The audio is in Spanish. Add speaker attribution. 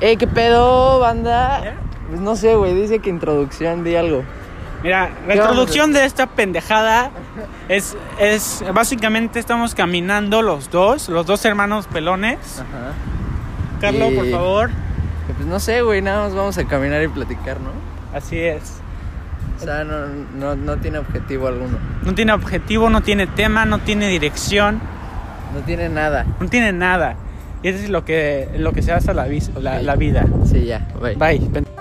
Speaker 1: Eh, ¿qué pedo, banda? Pues no sé, güey, dice que introducción, di algo.
Speaker 2: Mira, la
Speaker 1: ¿Qué vamos a
Speaker 2: introducción de esta pendejada es, es básicamente estamos caminando los dos, los dos hermanos pelones.
Speaker 1: Ajá.
Speaker 2: Carlos, por
Speaker 1: Y-
Speaker 2: favor.
Speaker 1: Pues no sé, güey, nada más vamos a caminar y platicar, ¿no?
Speaker 2: Así es.
Speaker 1: O sea, no, no, no tiene objetivo alguno.
Speaker 2: No tiene objetivo, no tiene tema, no tiene dirección,
Speaker 1: No tiene nada.
Speaker 2: no tiene nada. Y eso es lo que, lo que se hace la, vis- la, la vida.
Speaker 1: Sí, ya, bye.
Speaker 2: Bye.